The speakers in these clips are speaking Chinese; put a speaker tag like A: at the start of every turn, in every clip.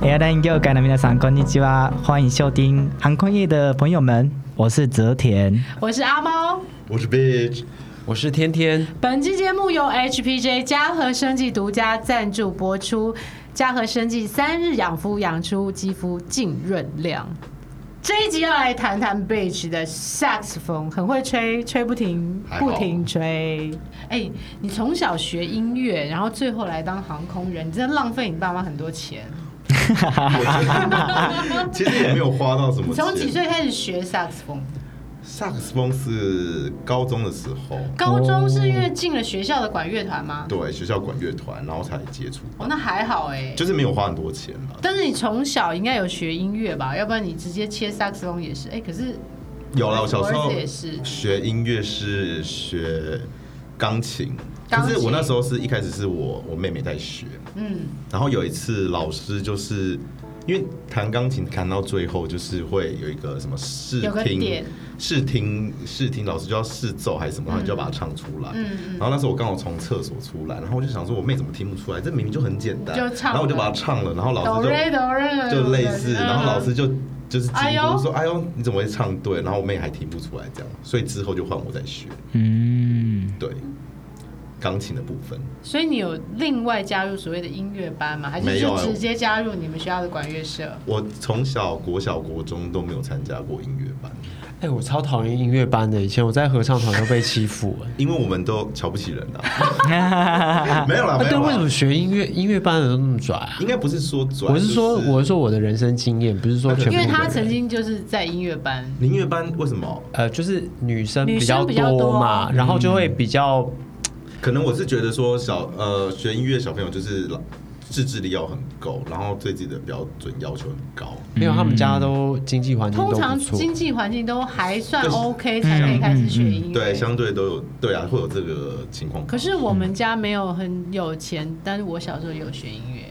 A: Airline 业界的皆さんこんにちは，欢迎收听航空业的朋友们，我是泽田。
B: 我是阿猫。
C: 我是 Bitch，
D: 我是天天，
B: 本期节目由 HPJ 嘉禾生技独家赞助播出。嘉禾生技三日养肤养出肌肤净润亮。这一集要来谈谈 Beach 的萨克斯风，很会吹，吹不停，
C: 还好
B: 不停吹。哎、你从小学音乐，然后最后来当航空人，你真的浪费你爸妈很多 钱。
C: 其实也没有花到什么
B: 你
C: 钱。
B: 从几岁开始学萨克斯风？
C: 萨克斯风是高中的时候，
B: 高中是因为进了学校的管乐团吗？
C: 哦对学校管乐团，然后才接触，
B: 哦，那还好哎、
C: 就是没有花很多钱啦。
B: 但是你从小应该有学音乐吧？要不然你直接切萨克斯风也是。哎、可是
C: 有啦，
B: 我
C: 我小时候
B: 儿子也是
C: 学音乐是学钢琴，
B: 钢
C: 可
B: 琴
C: 是我那时候是一开始是我我妹妹在学，
B: 嗯，
C: 然后有一次老师就是。因为弹钢琴弹到最后，就是会有一个什么试
B: 有个
C: 听
B: 点，
C: 试听，试听，老师就要试奏还是什么，然后你就要把它唱出来。
B: 嗯嗯
C: 然后那时候我刚好从厕所出来，然后我就想说，我妹怎么听不出来？这明明就很简单。
B: 就唱了
C: 然后我就把它唱了，然后老
B: 哆
C: 师就
B: 瑞哆瑞，
C: 就类似，
B: 嗯
C: 然后老师就就是
B: 哎
C: 惊
B: 呦
C: 呼说：“哎呦，你怎么会唱对？”然后我妹还听不出来，这样，所以之后就换我在学
A: 嗯，
C: 对钢琴的部分。
B: 所以你有另外加入所谓的音乐班吗？还是
C: 没有
B: 就
C: 哎
B: 直接加入你们学校的管乐社？
C: 我从小国小国中都没有参加过音乐班，
D: 哎、我超讨厌音乐班的，以前我在合唱团都被欺负、哎
C: 因为我们都瞧不起人啊。 没有啦，
D: 啊
C: 没
D: 对，
C: 有
D: 为什么
C: 啦，
D: 学音乐音乐班的都那么拽啊？
C: 应该不是说拽，
D: 我是说，
C: 就是
D: 我是说啊我的人生经验，不是说全部
B: 因
D: 的
B: 为
D: 人。
B: 他曾经就是在音乐班，
C: 你音乐班为什么？
D: 呃，就是女生
B: 女
D: 比
B: 生
D: 较
B: 比较多
D: 嘛，然后就会比较、
C: 可能我是觉得说小呃学音乐小朋友就是老自制力要很够，然后对自己的标准要求很高。
D: 没有他们家都经济环境
B: 通
D: 都
B: 常
D: 不错。
B: 经济环境都还算
C: 就是嗯
B: OK 才可以开始学音乐。
C: 对，相对都有对啊，会有这个情况。
B: 可是我们家没有很有钱，但是我小时候有学音乐。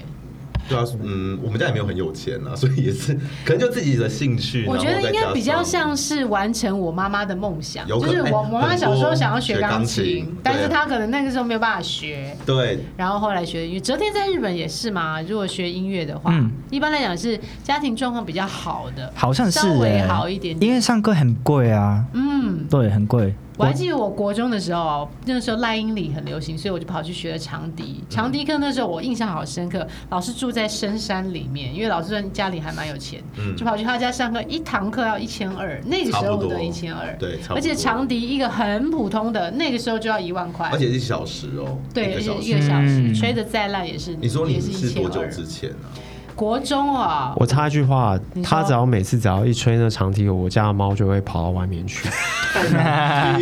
C: 对啊，嗯，我们家也没有很有钱啊，所以也是可能就自己的兴趣。
B: 我觉
C: 然
B: 得
C: 后再
B: 应
C: 加
B: 该
C: 上
B: 比较像是完成我妈妈的梦想，
C: 有
B: 就
C: 可能
B: 是我
C: 哎
B: 我妈小时候想要学钢
C: 很 多学
B: 琴
C: 钢琴，
B: 但
C: 对
B: 是
C: 啊
B: 她可能那个时候没有办法学，
C: 对
B: 然后后来学音乐。哲天在日本也是嘛，如果学音乐的话，
A: 嗯
B: 一般来讲是家庭状况比较好的，
A: 好像是、
B: 稍微
A: 欸
B: 好一点
A: 因
B: 点。
A: 为上课很贵啊，
B: 嗯，
A: 对，很贵。
B: 我还
A: 我
B: 记得我国中的时候，哦那个时候赖英里很流行，所以我就跑去学了长笛。长笛课那时候我印象好深刻，老师住在深山里面，因为老师说家里还蛮有钱，
C: 嗯
B: 就跑去他家上课，一堂课要一千二，那个时候我的一千二，
C: 对，差不多
B: 而且长，笛一个很普通的，那个时候就要一万块
C: 而，且是小时哦，
B: 对，
C: 一
B: 而
C: 个
B: 且
C: 小
B: 一
C: 时。
B: 个小时，
A: 嗯
B: 吹的再烂也是，
C: 你说你
B: 也是
C: 是多久
B: 1200
C: 之前啊？
B: 国中啊，
D: 我插一句话
B: 你，说
D: 他只要每次只要一吹那长笛，我家的猫就会跑到外面去。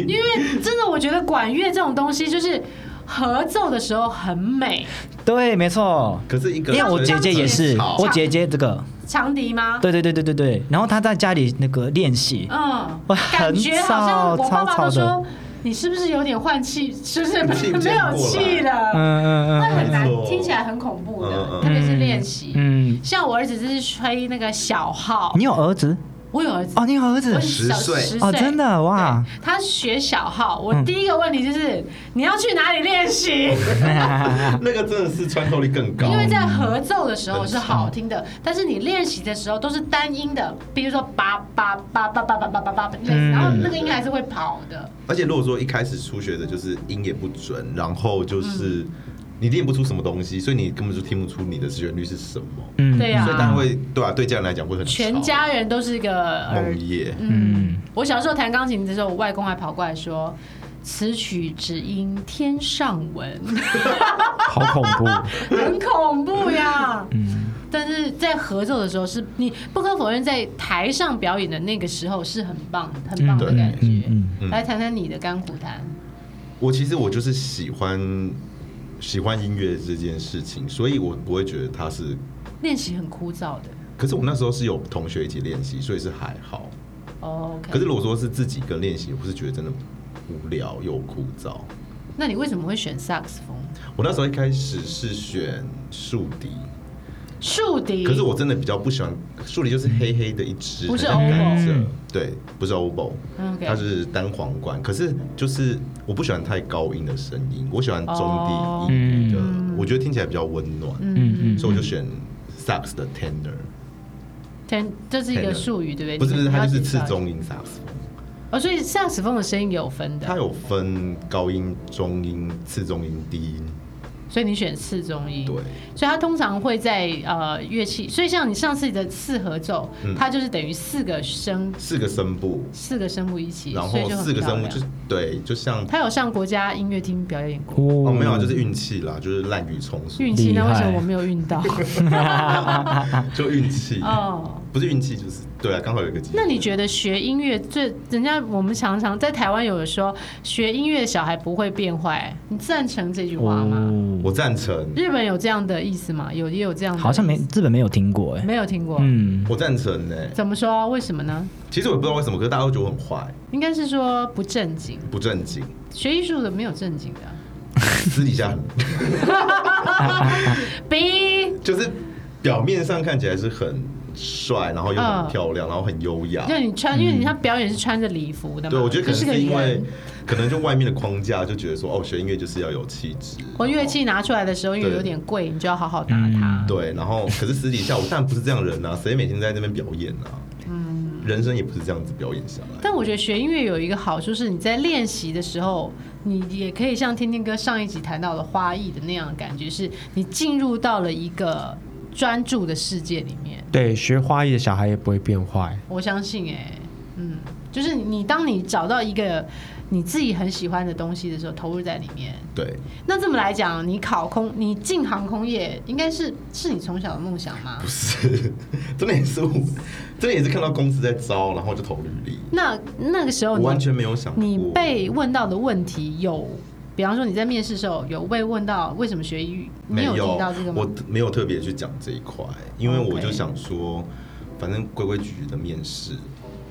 B: 因为真的我觉得管乐这种东西就是合奏的时候很美，
A: 对，没错，
C: 可是一个
A: 因
C: 人
A: 为我姐姐也是
C: 很吵，
A: 我姐姐这个，
B: 长笛吗？
A: 对对对对对对，然后她在家里那个练习，
B: 嗯
A: 哇，
B: 感觉好像我
A: 很吵
B: 爸爸都
A: 超吵的
B: 说你是不是有点换气，就是
C: 气不
B: 没
C: 见
B: 有
C: 过
B: 气
A: 嗯
B: 了，
A: 嗯
B: 那很
A: 嗯
B: 难
C: 没，错
B: 听起来很恐怖
C: 嗯
B: 的，
C: 嗯
B: 特别是练习。
A: 嗯，
B: 像我儿子就是吹那个小号
A: 嗯，你有儿子
B: 我有儿子，
A: 哦？你有儿
B: 我
A: 子
B: 小
C: 10岁
B: 10
A: 哦？真的哇，
B: 对他学小号，我
A: 嗯
B: 第一个问题就是、你要去哪里练习？
C: 那个真的是穿透力更高
B: 因。为在合奏的时候是好听的，但是你练习的时候都是单音的，比如说叭叭叭叭叭叭叭叭叭，类似
A: 嗯
B: 然后那个音还是会跑的。
C: 而且如果说一开始初学的就是音也不准，然后
B: 嗯
C: 就是你练不出什么东西，所以你根本就听不出你的旋律是什么。
A: 嗯，
B: 对啊
C: 所以当然会对啊，对家人来讲会很吵
B: 全家人都是一个耳
C: 梦夜。
A: 嗯，
B: 我小时候弹钢琴的时候，我外公还跑过来说：“此曲只应天上 闻，
D: 好恐怖！
B: 很恐怖呀。”
C: 嗯
B: 但是在合奏的时候是，你不可否认，在台上表演的那个时候是很棒、很棒的
C: 嗯
B: 感觉。
A: 嗯嗯
C: 嗯
B: 来谈谈你的甘苦谈，
C: 我其实我就是喜欢喜欢音乐这件事情，所以我不会觉得它是。
B: 练习很枯燥的。
C: 可是我那时候是有同学一起练习，所以是还好。
B: 哦
C: 可是
B: OK，
C: 如果说是自己跟练习，我是觉得真的无聊又枯燥。
B: 那你为什么会选萨克斯风？
C: 我那时候一开始是选竖笛，
B: 竖笛。
C: 可是我真的比较不喜欢竖笛，就是黑黑的一支，
B: 不是
C: 很像甘
A: oboe
C: 蔗，对，不是 oboe，
B: 嗯，OK
C: 它是单簧管。可是就是我不喜欢太高音的声音，我喜欢中低音的，
A: 哦
C: 我觉得听起来比较温暖。
B: 嗯，
A: 嗯
C: 所以我就选 sax 的 tenor，
B: 天，这是一个
C: Tenor
B: 术语，对不对？
C: 不是不
B: 你
C: 是，
B: 们
C: 它就是
B: 要介
C: 次
B: 绍一下
C: 中音 sax 风，
B: 哦，所以萨克斯风的声音有分
C: 它
B: 的，
C: 有分高音、中音、次中音、低音，
B: 所以你选次中音。
C: 对，
B: 所以它通常会在呃乐器，所以像你上次的四合奏，
C: 嗯
B: 它就是等于四个声
C: 四个声部，
B: 四个声部一起，
C: 然
B: 所以
C: 后
B: 就很
C: 四个声部
B: 漂亮
C: 就是对，就像
B: 他有上国家音乐厅表演过，
C: 哦
D: 哦
C: 没有啊，就是运气啦，就是滥竽充数，
B: 运气那
D: 厉害
B: 为什么我没有运 到？
C: 就运气，
B: 哦，
C: 不是运气就是对啊，刚好有一个机会。
B: 那你觉得学音乐最人家我们常常在台湾有的说学音乐的小孩不会变坏，你赞成这句话
A: 哦
B: 吗？
C: 我赞成，
B: 日本有这样的意思吗？有也有这样的意思，
A: 好像没日本没有听过哎、
B: 没有听过。
A: 嗯，
C: 我赞成呢、
B: 怎么说？为什么呢？
C: 其实我也不知道为什么，可是大家都觉得我很坏，
B: 应该是说不正经，
C: 不正经，
B: 学艺术的没有正经的。啊
C: 私底下很
B: B，
C: 就是表面上看起来是很帅，然后又
B: 嗯
C: 很漂亮，然后很优雅。
B: 就你穿，因为你他表演是穿着礼服的嘛，
C: 嗯对，我觉得可
B: 就
C: 能
B: 个
C: 是因为
B: 人。，
C: 可能就外面的框架就觉得说，哦，学音乐就是要有气质。
B: 我乐
C: 然后
B: 器拿出来的时候，因为
C: 对嗯
B: 有点贵，你就要好好拿它。
C: 对，然后可是私底下我当然不是这样的人啊， 谁每天在那边表演啊？嗯，人生也不是这样子表演下来。
B: 但我觉得学音乐有一个好处是，你在练习的时候，你也可以像天天哥上一集谈到的花艺的那样的感觉，是你进入到了一个专注的世界里面。
D: 对，学花艺的小孩也不会变坏。
B: 我相信、欸，嗯，就是你当你找到一个你自己很喜欢的东西的时候，投入在里面。
C: 对，
B: 那这么来讲，你考空，你进航空业，应该是是你从小的梦想吗
C: 不？是， 真的也是我，真的也是看到公司在招，然后就投履历，
B: 那那个时候
C: 我
B: 哦你
C: 完全没有想过。
B: 你被问到的问题有，比方说你在面试的时候有被问到为什么学英语，你
C: 没
B: 有听到这个吗
C: 我？没有特别去讲这一块，因为我
B: OK
C: 就想说，反正规规矩矩的面试，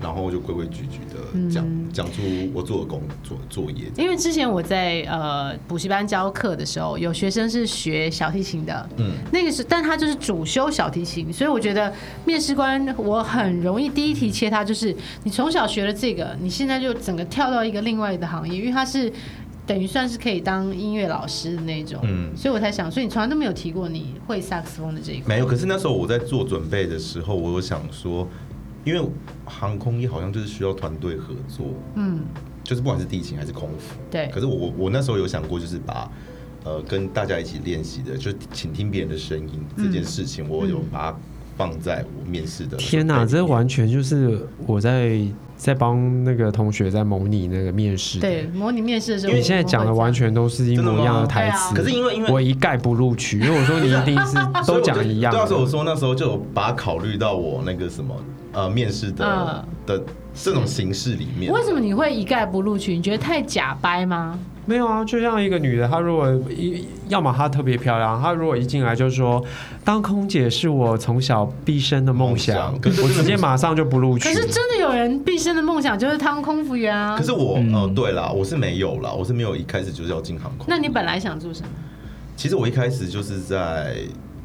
C: 然后就规规矩矩
B: 嗯
C: 的讲讲、出我做的工作作业。
B: 因为之前我在呃补习班教课的时候，有学生是学小提琴的，
C: 嗯，
B: 那个是，但他就是主修小提琴，所以我觉得面试官我很容易第一题切他，就是你从小学了这个，你现在就整个跳到一个另外的行业，因为他是等于算是可以当音乐老师的那种，
C: 嗯
B: 所以我才想，所以你从来都没有提过你会萨克斯风的这一块，
C: 没有。可是那时候我在做准备的时候，我有想说，因为航空业好像就是需要团队合作，
B: 嗯，
C: 就是不管是地勤还是空服。
B: 对
C: 可是我我我那时候有想过，就是把呃跟大家一起练习的，就是请听别人的声音这
B: 嗯
C: 件事情，我有把它放在我面试的。
D: 天哪，这完全就是我在在帮那个同学在模拟那个面试。
B: 对，，模拟面试的时候，
D: 你现在讲的完全都是一模一样的台
B: 真的吗
D: 词，
B: 对啊可
C: 是因为因为
D: 我一概不录取，因为我说你一定是
C: 所以
D: 都
C: 我就
D: 讲一样
C: 对啊，所以我
D: 的。
C: 说那时候就有把它考虑到我那个什么呃面试的、的这种形式里面。
B: 嗯为什么你会一概不录取？你觉得太假掰吗？
D: 没有啊，就像一个女的，她如果一要么她特别漂亮，她如果一进来就说当空姐是我从小毕生的梦想，
C: 梦想可是
D: 我直接马上就不录取
B: 可。是真的有人毕生的梦想就是当空服员啊
C: 可。是我、
A: 嗯
C: 呃，对啦，我是没有啦，我是没有一开始就是要进航空。
B: 那你本来想做什么？
C: 其实我一开始就是在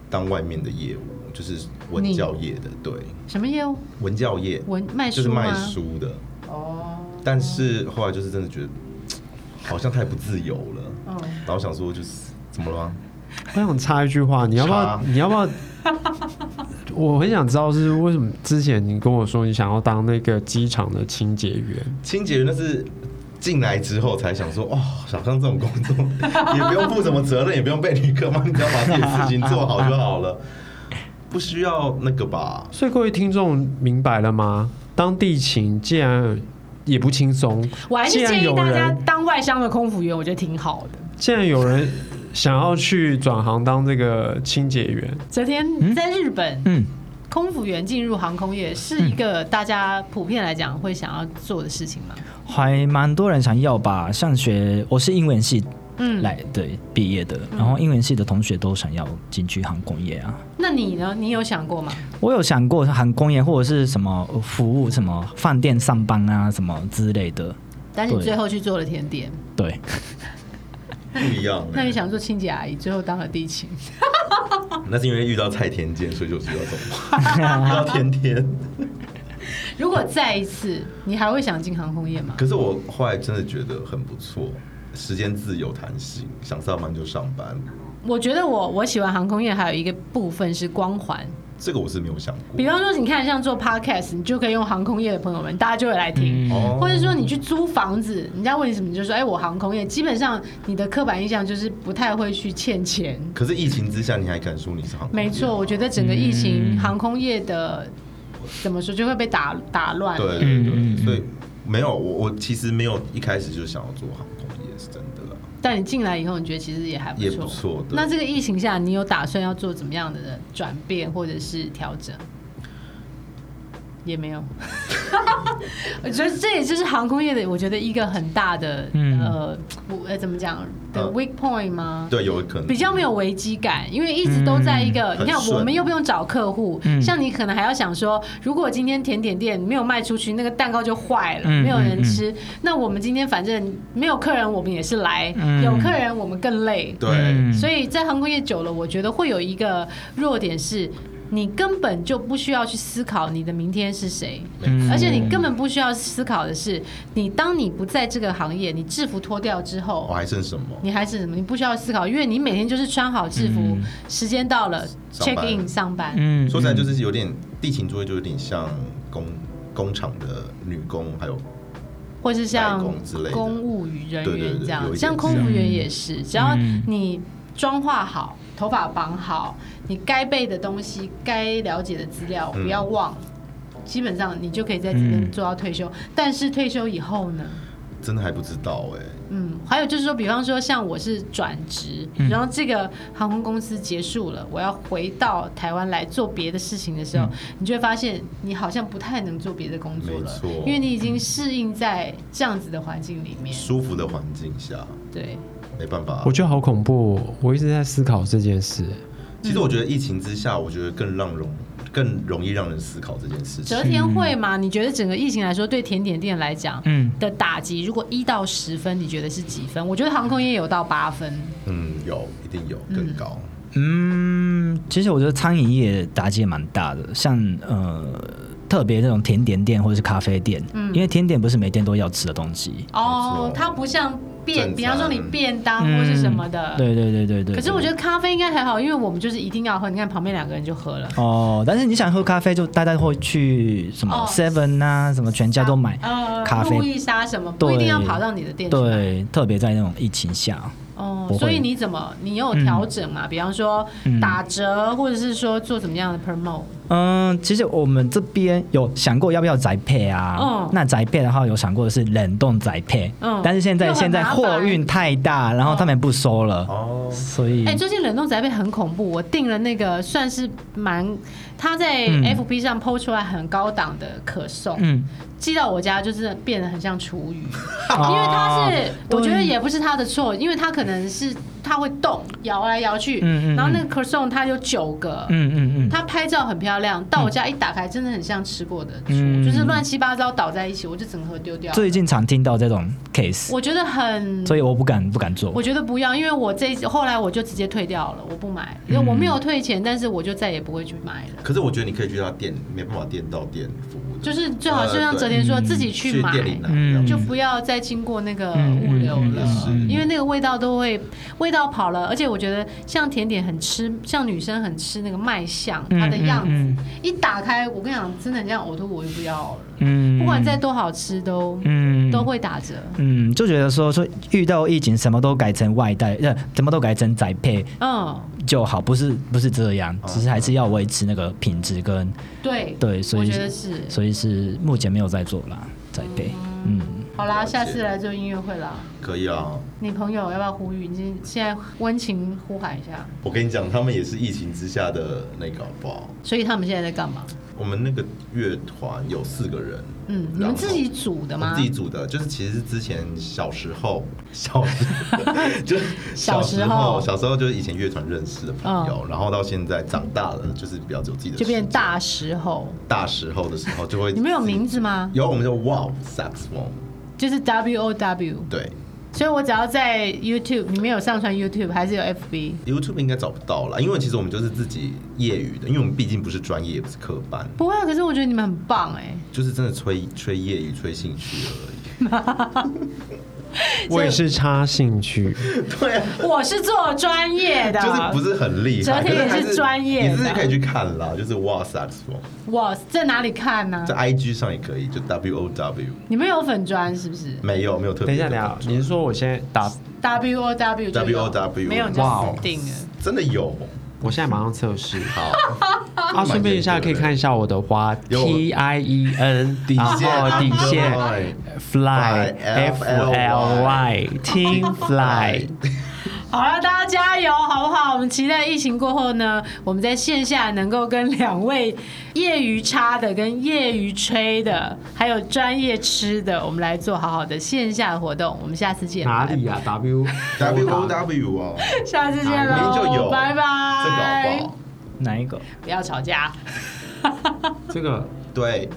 C: 当外面的业务，就是文教业的，对，
B: 什么业务？
C: 文教业
B: 嗯文卖
C: 就
B: 书
C: 是
B: 啊吗？
C: 卖书的。
B: 哦，
C: 但是后来就是真的觉得好像太不自由了，
B: 哦，
C: 然后想说就是怎么了吗？
D: 哎我想插一句话，你要不要
C: 插？
D: 你要不 要？我很想知道是为什么之前你跟我说你想要当那个机场的清洁员，
C: 清洁那是进来之后才想说，哦，想上这种工作，也不用负什么责任，也不用被旅客骂，你只要把自己的事情做好就好了，不需要那个吧？
D: 所以各位听众明白了吗？当地勤既然也不轻松，
B: 我还是
D: 既然
B: 建议
D: 有
B: 大家
D: 人
B: 当外商的空服员，我觉得挺好的。
D: 既然有人想要去转行当这个清洁员，
B: 昨天在日本，
A: 嗯，
B: 空服员进入航空业是一个大家普遍来讲会想要做的事情吗？
A: 还蛮多人想要吧。上学我是英文系
B: 嗯，
A: 来对毕业的，然后英文系的同学都想要进去航空业啊。
B: 那你呢？你有想过吗？
A: 我有想过航空业或者是什么服务、什么饭店上班啊、什么之类的。
B: 但是你
A: 对
B: 最后去做了甜点，
A: 对，
C: 不一样、欸。
B: 那你，想做清洁阿姨，最后当了地勤。
C: 那是因为遇到蔡天健，所以就知道这种， 遇到天天。
B: 如果再一次，你还会想进航空业吗？
C: 可是我后来真的觉得很不错，时间自由弹性，想上班就上班，
B: 我觉得我我喜欢航空业还有一个部分是光环，
C: 这个我是没有想过
B: 比。方说你看像做 podcast，你就可以用航空业的朋友们，大家就会来听。
A: 嗯
C: 哦
B: 或者说你去租房子，人家问你什么，你就说：“哎、我航空业。”基本上你的刻板印象就是不太会去欠钱。
C: 可是疫情之下，你还敢说你是航空业？
B: 没错，我觉得整个疫情、
A: 嗯
B: 航空业的怎么说就会被打打乱。
C: 对对
A: 嗯嗯
C: 对，
A: 嗯
C: 所以没有我我其实没有一开始就想要做航空业，是真的啦，
B: 但你进来以后，你觉得其实也还不
C: 也
B: 错。
C: 不错的。
B: 那这个疫情下，你有打算要做怎么样的转变或者是调整？也没有， 我觉得这也就是航空业的，我觉得一个很大的、
A: 嗯
B: 呃，我呃怎么讲的
C: 呃
B: weak point 吗？
C: 对有可能
B: 比较没有危机感，因为一直都在一个，你
C: 嗯
B: 看
C: 很顺
B: 我们又不用找客户，
A: 嗯
B: 像你可能还要想说，如果今天甜点店没有卖出去，那个蛋糕就坏了，
A: 嗯
B: 没有人吃，那我们今天反正没有客人，我们也是来，
A: 嗯
B: 有客人我们更累，
C: 对、
A: 嗯
B: 所以在航空业久了，我觉得会有一个弱点是。你根本就不需要去思考你的明天是谁，
C: 没
A: 嗯
C: 错
B: 而且你根本不需要思考的是，你当你不在这个行业，你制服脱掉之后，
C: 哦我还剩什么？
B: 你还是什么？你不需要思考，因为你每天就是穿好制服，
A: 嗯
B: 时间到了
C: 上
B: check
C: 班
B: in 上班。
A: 嗯
C: 说起来就是有点地勤作业，就有点像工工厂的女工，还有
B: 或是像
C: 代工之类的
B: 公务员人
C: 对对
B: 员
C: 对
B: 这样
C: 有，一点
B: 像公务员也是，只要
A: 嗯
B: 你妆化好、头发绑好，你该背的东西、该了解的资料
C: 嗯
B: 不要忘，基本上你就可以在这边
A: 嗯
B: 做到退休。但是退休以后呢？
C: 真的还不知道哎、
B: 嗯，还有就是说，比方说像我是转职，
A: 嗯
B: 然后这个航空公司结束了，我要回到台湾来做别的事情的
A: 嗯
B: 时候，你就会发现你好像不太能做别的工作
C: 没
B: 了
C: 错，
B: 因为你已经适应在这样子的环境里面。
C: 舒服的环境下
B: 对，
C: 没办法
D: 我。觉得好恐怖、哦，我一直在思考这 件事。
C: 其实我觉得疫情之下，我觉得更让容更容易让人思考这件事情
B: 折。天会嘛？你觉得整个疫情来说，对甜点店来讲
A: 嗯
B: 的打击，如果一到十分，你觉得是几分？我觉得航空业有到八分。
C: 嗯，有一定有更高。
A: 嗯，其实我觉得餐饮业打击也蛮大的，像呃，特别这种甜点店或者是咖啡店，
B: 嗯
A: 因为甜点不是每天都要吃的东西，
B: 哦
C: 没错，
B: 它不像便，
C: 正
B: 比方说你
C: 餐
B: 便当或是什么的，
A: 嗯对对对对对。
B: 可是我
A: 得。
B: 觉得咖啡应该还好，因为我们就是一定要喝。你看旁边两个人就喝了，
A: 哦，但是你想喝咖啡，就大家会去什
B: 哦
A: 么 Seven 啊，什么全家都买
B: 呃
A: 咖
B: 路
A: 啡，
B: 易莎什么，不一定要跑到你的店去。，
A: 对，特别在那种疫情下，
B: 哦
A: 不，会
B: 所以你怎么，你有调整嘛？比方说
A: 嗯
B: 打折，或者是说做怎么样的 promo？
A: 嗯，其实我们这边有想过要不要宅配啊？
B: 嗯
A: 那宅配的话，有想过的是冷冻宅配，
B: 嗯
A: 但是现在
B: 又很
A: 现在
B: 麻烦
A: 货运太大，然后他们不收了，
C: 哦，
A: 所以
B: 哎、最近冷冻宅配很恐怖，我订了那个算是蛮，他在
A: 嗯
B: FB 上 PO 出来很高档的可颂，
A: 嗯，
B: 寄到我家就是变得很像厨余。
A: 因
B: 因为它是，我觉得
A: 啊对
B: 也不是他的错，因为他可能是他会动，摇来摇去，
A: 嗯嗯嗯
B: 然后那个 croissant 它有九个。
A: 嗯嗯嗯，
B: 它拍照很漂亮，到我家一打开，真的很像吃过的猪，
A: 嗯
B: 就是乱七八糟倒在一起，我就整盒丢掉。
A: 最近常听到这种 case，
B: 我觉得很，
A: 所以我不敢不敢做
B: 我。觉得不要，因为我这一后来我就直接退掉了，我不买，因为我没有退钱，但是我就再也不会去买了。
C: 可是我觉得你可以去他店，没办法店到店服务的，
B: 就是最好就像
C: 呃
B: 哲田说，
A: 嗯
B: 自己
C: 对
B: 去
C: 去
B: 买，
C: 店里拿，
A: 嗯
B: 就不要再经过那个
A: 嗯
B: 物流
A: 嗯嗯
B: 了，
C: 嗯
B: 因为那个味道都会味道跑了。而且我觉得像甜点很吃，像女生很吃那个卖相，它的样子、
A: 嗯
B: 一打开，我跟你讲，真的很像呕吐，我就不要了。
A: 嗯
B: 不管再多好吃都、
A: 嗯
B: 都会打折。
A: 嗯，就觉得说说遇到疫情什么都改成外带，呃，什么都改成宅配
B: 嗯，
A: 就好，不是不是这样，
C: 哦
A: 只是还是要维持那个品质跟
B: 对，
A: 对，所
B: 我
A: 以
B: 觉得是。
A: 所以是目前没有在做啦，宅配，嗯，
B: 好啦，
C: 了解
B: 下次来做音乐会啦。
C: 可以啊。
B: 你朋友要不要呼吁？你现在温情呼喊一下。
C: 我跟你讲，他们也是疫情之下的那个，好不好？
B: 所以他们现在在干嘛？
C: 我们那个乐团有四个人，
B: 嗯，你
C: 然
B: 们
C: 后
B: 自己组的
C: 我
B: 吗
C: 们自？己组的，就是其实是之前小时候，小时 就是
B: 小时
C: 时
B: 候哦
C: 候，小时候就是以前乐团认识的朋友，然后到现在长大了，就是比较有自己的时
B: 就
C: 间，
B: 变大时候。
C: 大时候的时候就会。
B: 你们有名？字吗？
C: 有，我们叫 Wow Saxophone，
B: 就是 W O W，
C: 对
B: 所以我只要在 YouTube，你们有上传 YouTube 还是有 FB？
C: ，YouTube 应该找不到啦，因为其实我们就是自己业余的，因为我们毕竟不是专业，也不是科班，
B: 不会啊，可是我觉得你们很棒哎、
C: 就是真的吹吹业余、吹兴趣而已。
D: 我也是差兴趣，
C: 对啊，
B: 我是做专业的，
C: 就是不是很厉害，
B: 哲啊田也
C: 可还
B: 是专业的
C: 你自己可以去看啦，就是哇塞，
B: 我在哪里看呢、
C: 在 IG 上也可以，就 W O W，
B: 你们有粉砖是不是
C: 没有没有特
D: 等
C: 别
D: 一
C: 的
D: 下，
C: 感
D: 等一
C: 觉。
D: 下，你是说我现在打？
B: ？W O W
C: WOW
B: 没有你就
D: 哇哦
B: 死定了。
C: 真的有？
D: 我现在马上测试。
C: 好，
D: 啊，顺便一下可以看一下我的花
C: 有
D: ，T I E N，
C: 底
D: 然后
C: 线，
D: 底线
C: 对
D: fly F L Y team fly，
B: 好了，大家加油，好不好？我们期待疫情过后呢，我们在线下能够跟两位业余插的、跟业余吹的，还有专业吃的，我们来做好好的线下活动。我们下次见，
D: 哪里呀？W
C: W O W 啊，
B: 拜拜？ 下次见
C: 明明
B: 喽，
C: 就有，
B: 拜
C: 这个好
B: 拜
C: 不好？
A: 哪一个？
B: 不要吵架。
D: 这个。
C: 对。